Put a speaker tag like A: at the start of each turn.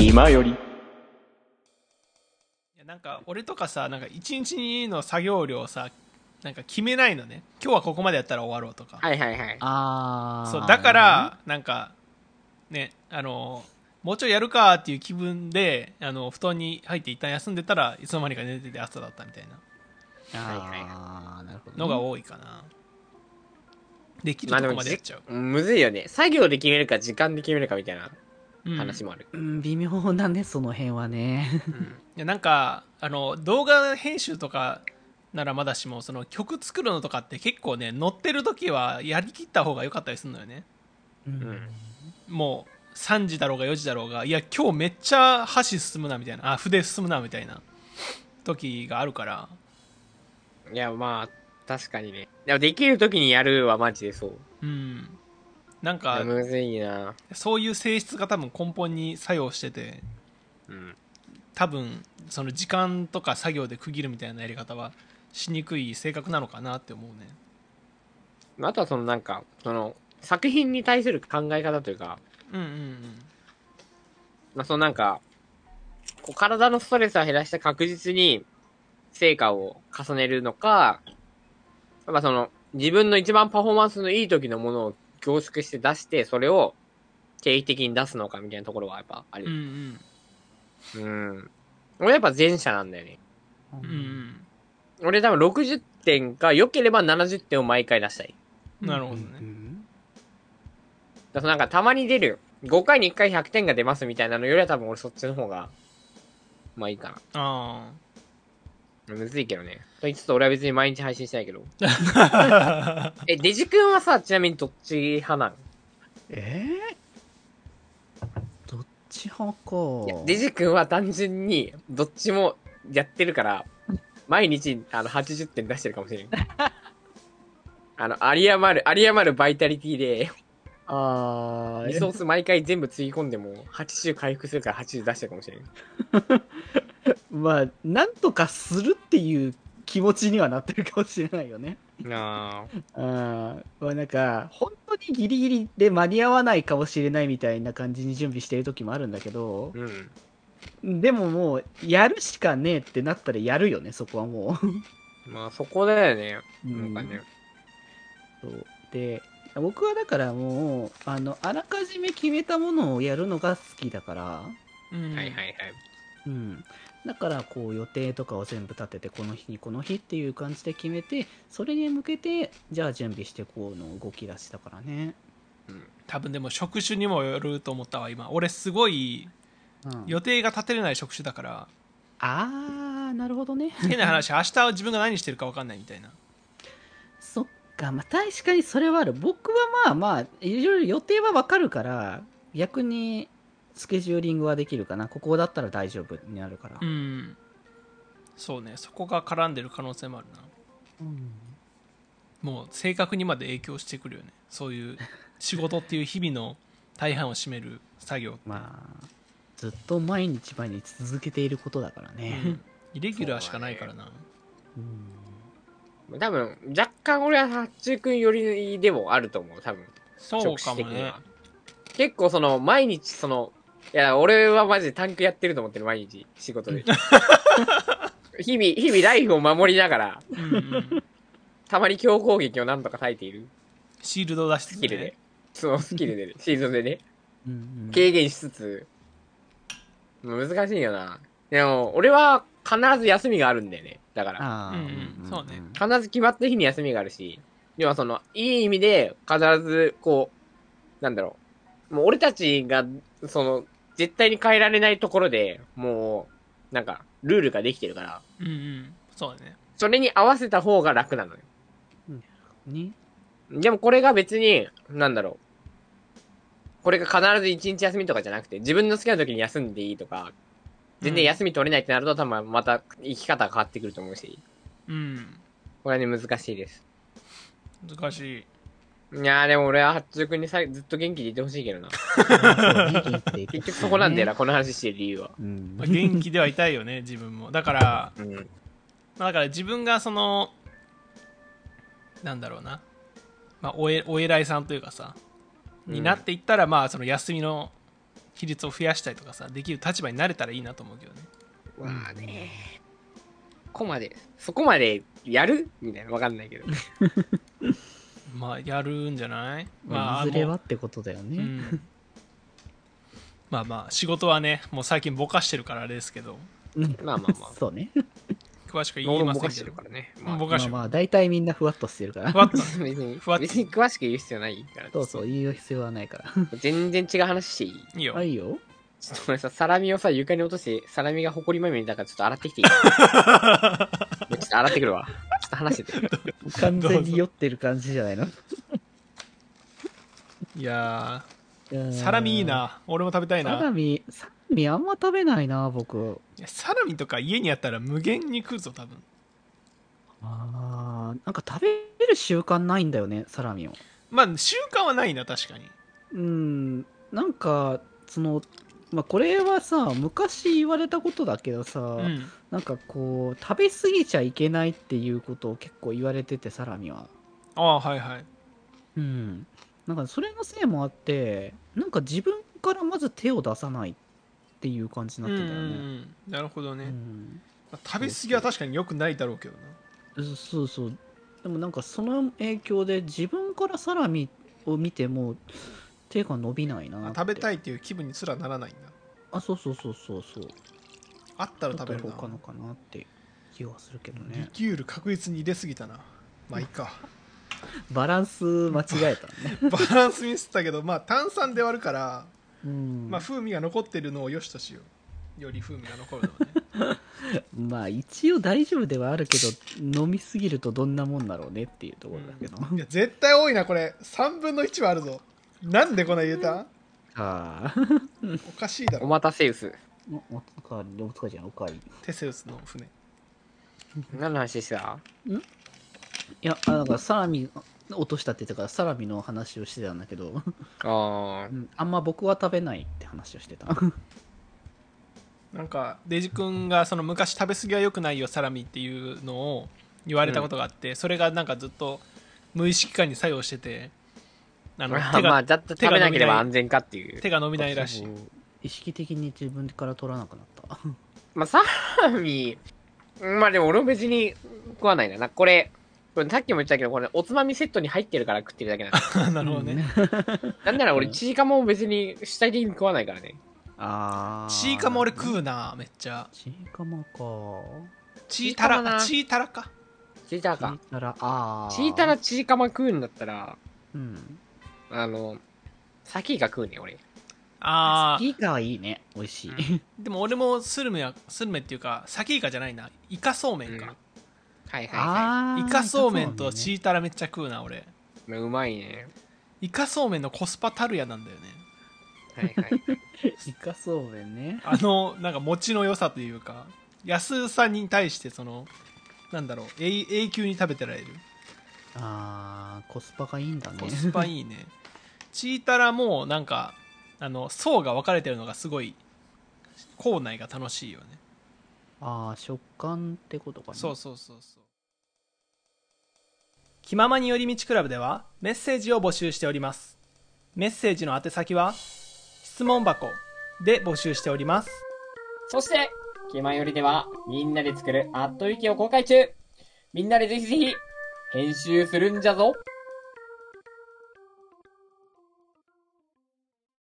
A: 今より
B: いやなんか俺とかさなんか一日の作業量さなんか決めないのね今日はここまでやったら終わろうとか、
C: はいはいはい。
D: あー
B: そうだからなんかねあのもうちょいやるかっていう気分であの布団に入って一旦休んでたらいつの間にか寝てて朝だったみたいな
C: はいはいはい
D: あーなるほどね
B: のが多いかな、できる
C: まあ
B: と
C: で
B: こ
C: も
B: までやっちゃう、
C: うんむずいよね。作業で決めるか、時間で決めるかみたいな
B: うん
C: 話もある。
D: うん微妙だねその辺はね
B: いやなんかあの動画編集とかならまだしもその曲作るのとかって結構ね乗ってる時はやりきった方が良かったりするのよね
D: う
C: うん。
D: ん
B: もう3時だろうが4時だろうがいや今日めっちゃ箸進むなみたいなあ筆進むなみたいな時があるから
C: いや、まあ、確かにね。でもできる時にやるはマジでそう。
B: うんなん
C: いや
B: か
C: むずいな。
B: そういう性質が多分根本に作用してて
C: うん。
B: 多分その時間とか作業で区切るみたいなやり方はしにくい性格なのかなって思うね
C: あとはそのなんか、その、作品に対する考え方というか、
B: うんうんうん
C: まあ、そのなんか、こう体のストレスを減らして確実に成果を重ねるのか、まあ、その、自分の一番パフォーマンスのいい時のものを凝縮して出して、それを定期的に出すのかみたいなところはやっぱあ
B: うんう
C: る。
B: ん
C: うん。俺やっぱ前者なんだよね。
B: うんうん
C: 俺多分60点か、良ければ70点を毎回出したい。
B: なるほどね、
D: うん
C: だからなんかたまに出る、5回に1回100点が出ますみたいなのよりは多分俺そっちの方が、まあいいかな。
B: あ
C: むずいけどね。と言いつつ俺は別に毎日配信しないけど。
B: あ
C: え、デジ君はさ、ちなみにどっち派なの
D: えーどっち派か
C: いや、デジ君は単純にどっちもやってるから、毎日あの80点出してるかもしれない。あの、有り余る、有り余るバイタリティで、
D: あ
C: リソース毎回全部つぎ込んでも、80回復するから80出してるかもしれない。
D: まあなんとかするっていう気持ちにはなってるかもしれないよね
C: なあ。
D: あーまあなんか本当にギリギリで間に合わないかもしれないみたいな感じに準備してる時もあるんだけど
C: うん。
D: でももうやるしかねえってなったらやるよねそこはもう
C: まあそこだよね。
D: うん
C: なんかね。
D: そうで僕はだからもうあのあらかじめ決めたものをやるのが好きだから、
B: うん
C: はいはいはい。
D: うん、だからこう予定とかを全部立ててこの日にこの日っていう感じで決めてそれに向けてじゃあ準備してこうの動き出しだからね、
B: 多分でも職種にもよると思ったわ今俺すごい
D: うん、
B: 予定が立てれない職種だから
D: あーなるほどね
B: 変な話明日は自分が何してるか分かんないみたいな
D: そっか、まあ、確かにそれはある。僕はまあまあ、いろいろ予定はわかるから、逆にスケジューリングはできるかな。ここだったら大丈夫になるから。
B: うんそうねそこが絡んでる可能性もあるな
D: うん
B: もう性格にまで影響してくるよねそういう仕事っていう日々の大半を占める作業
D: まあ、ずっと毎日毎日続けていることだから
B: う
D: ね。
B: んイレギュラーしかないからな
D: うん
C: 多分、若干俺は八中君よりでもあると思う、多分。
B: そうかも
C: 直視的に
B: ね
C: は結構その、毎日その、いや、俺はマジで単価やってると思ってる、毎日、仕事で。 日々、日々ライフを守りながら、
B: うんうん
C: たまに強攻撃をなんとか耐えている。
B: シールドを出しつ
C: ス
B: つ
C: キルで。そのスキルで、シーズンでね、
D: うん
C: 軽減しつつ。難しいよな。でも、俺は必ず休みがあるんだよね。だから。
D: ああ
B: うんうんそうね
C: 必ず決まった日に休みがあるし、要はその、いい意味で、必ず、こう、なんだろう。もう俺たちが、その、絶対に変えられないところで、もう、なんか、ルールができてるから、
B: うんうんそうだね
C: それに合わせた方が楽なのよ。
D: ね。
C: でもこれが別に、なんだろう。これが必ず一日休みとかじゃなくて、自分の好きな時に休んでいいとか、全然休み取れないってなると、多分また生き方が変わってくると思うし、
B: うん
C: これはね、難しいです。
B: 難しい
C: いやーでも俺は八中君にさずっと元気でいてほし いけどな。結
D: 結
C: 局そこなんだよな、。この話してる理由は。
D: うん
B: まあ、元気ではいたいよね自分もだから
C: うん。
B: まあだから自分がそのなんだろうな、まあ、おえお偉いさんというかさになっていったら、まあその休みの比率を増やしたりとかさできる立場になれたらいいなと思うけどね
C: まあね。ここまで、そこまでやるみたいな、わかんないけ ど。
B: まあやるんじゃないま
D: ま
B: あ
D: あ、いずれ
B: も
D: はってことだよ
B: う、
D: ね。
B: うん、まあまあ仕事はねもう最近ぼかしてるからあれですけど
C: まあまあまあ。
D: そうね。
B: 詳しく言
C: 俺
B: いま
C: も
B: せ
C: ぼ
B: ん
C: か
B: け
C: してる
B: ど
C: からね。
B: まあぼ
D: ま
B: か
D: あ
B: してる
D: まあ、大体みんなふわっとしてるから
B: ふ。わっとね
C: 別に
B: ふわっと
C: 別に詳しく言う必要ないから
D: そうそう、言う必要はないから。
C: 全然違う話していい
B: いいよ
D: あ、いいよ。
C: ちょっと俺さサラミをさ床に落としてサラミがほこりまみれだからちょっと洗っ てきていいもうちょっと洗ってくるわちょっと話してて
D: 完全に酔ってる感じじ ゃないの。
B: いや
D: うー
B: ー
D: ん
B: サラミいい。な俺も食べたい
D: サ
B: な
D: ラミ、サラミあんま食べないな、僕。
B: いやサラミとか家にあったら無限に食うぞ多分
D: あーなんか食べれる習慣ないんだよね、サラミを。
B: まあ習慣はないな確かに
D: うん、なんか、その、まあ、これはさ、昔言われたことだけどさ、
B: うん
D: なんかこう、食べ過ぎちゃいけないっていうことを結構言われてて、サラミは。
B: ああはいはい
D: うん。なんかそれのせいもあって、なんか自分からまず手を出さないっていう感じになってんだよ
B: うんう
D: ね。
B: んうんなるほどね、
D: うん
B: まあ食べ過ぎは確かによくないだろうけどな
D: そそうそうでもなんかその影響で自分からサラミを見ても手が伸びないな
B: あ食べた
D: い
B: いっていう気分にすらならないんだ
D: あそうそうそうそうそう
B: あったら食べる
D: どう
B: な
D: かのかなって気はするけど
B: リ
D: ね
B: キュール確実に入れすぎたなまあいいか
D: バランス間違えた ね
B: バランスミスったけどまあ炭酸で割るから、
D: うん
B: ま
D: ま
B: あ、風味が残ってるのをよしとしようより風味が残るのをね
D: あ一応大丈夫ではあるけど飲みすぎるとどんなもんだろうねっていうところだけど、
B: いや絶対多いなこれ3分の1はあるぞなんでこんな入れた
D: ああ
B: おかしいだ
C: お
B: ろ
C: 待たせです
D: おおかわりおかわりじゃないおかわり
B: テセウスの船
C: 何の話してた
D: いやあなんかサラミ落としたって言ったからサラミの話をしてたんだけど
C: あ
D: うんあんま僕は食べないって話をして た。
B: なんかデイジ君がその昔食べ過ぎは良くないよサラミっていうのを言われたことがあって、それがなんかずっと無意識化に作用しててあ
C: あ
B: の
C: ま
B: 手
C: あ
B: が,、
C: まあだって
B: 手が
C: 食べ
B: 伸
C: な
B: び
C: け
B: な
C: れ
B: い
C: ば安全かっていう
B: 手が伸びないらしい
D: 意識的に自分から取らなくなった。
C: まあサラミまあでも俺も別に食わないななこれこれさっきも言ったけどこれおつまみセットに入ってるから食ってる だけなん
B: な
C: だ
B: るほどね、
C: なんなら俺
D: うん
C: チーカマも別に主体的に食わないからね
D: ああ。
B: チーカも俺食うなめっちゃ
D: チーカマか。
B: チータラ
C: チーカマな
B: あチータラか
C: チーター
D: チー
C: か
D: タラ、ああ。
C: チータラ、チーカマ食うんだったら
D: うん。
C: あのサキイカ食うね俺
B: あ
D: チーカはいいね。美味しい。
B: ーでも俺もスルメはスルメっていうかサキイカじゃないなイカそうめんか、
C: はいはいは
D: ああ。
B: イカそうめんとチ
D: チ
B: ータラめっちゃ食うな俺
C: い。まあうまいね。
B: イカそうめんのコスパたるやなんだよね
C: はいはい。
D: イカそうめんね。
B: あのなんか餅の良さというか安さに対してそのなんだろう永永久に食べてられる
D: ああ、コスパがいいんだね
B: コ。スパいいねチータラもなんかあの層が分かれてるのがすごい校内が楽しいよね
D: ああ、食感ってことかね。
B: そうそうそうそう気ままに寄り道クラブではメッセージを募集しておりますメッセージの宛先は質問箱で募集しております
C: そして、気まよりでは、みんなで作るアットウィキを公開中みんなでぜひぜひ、編集するんじゃぞ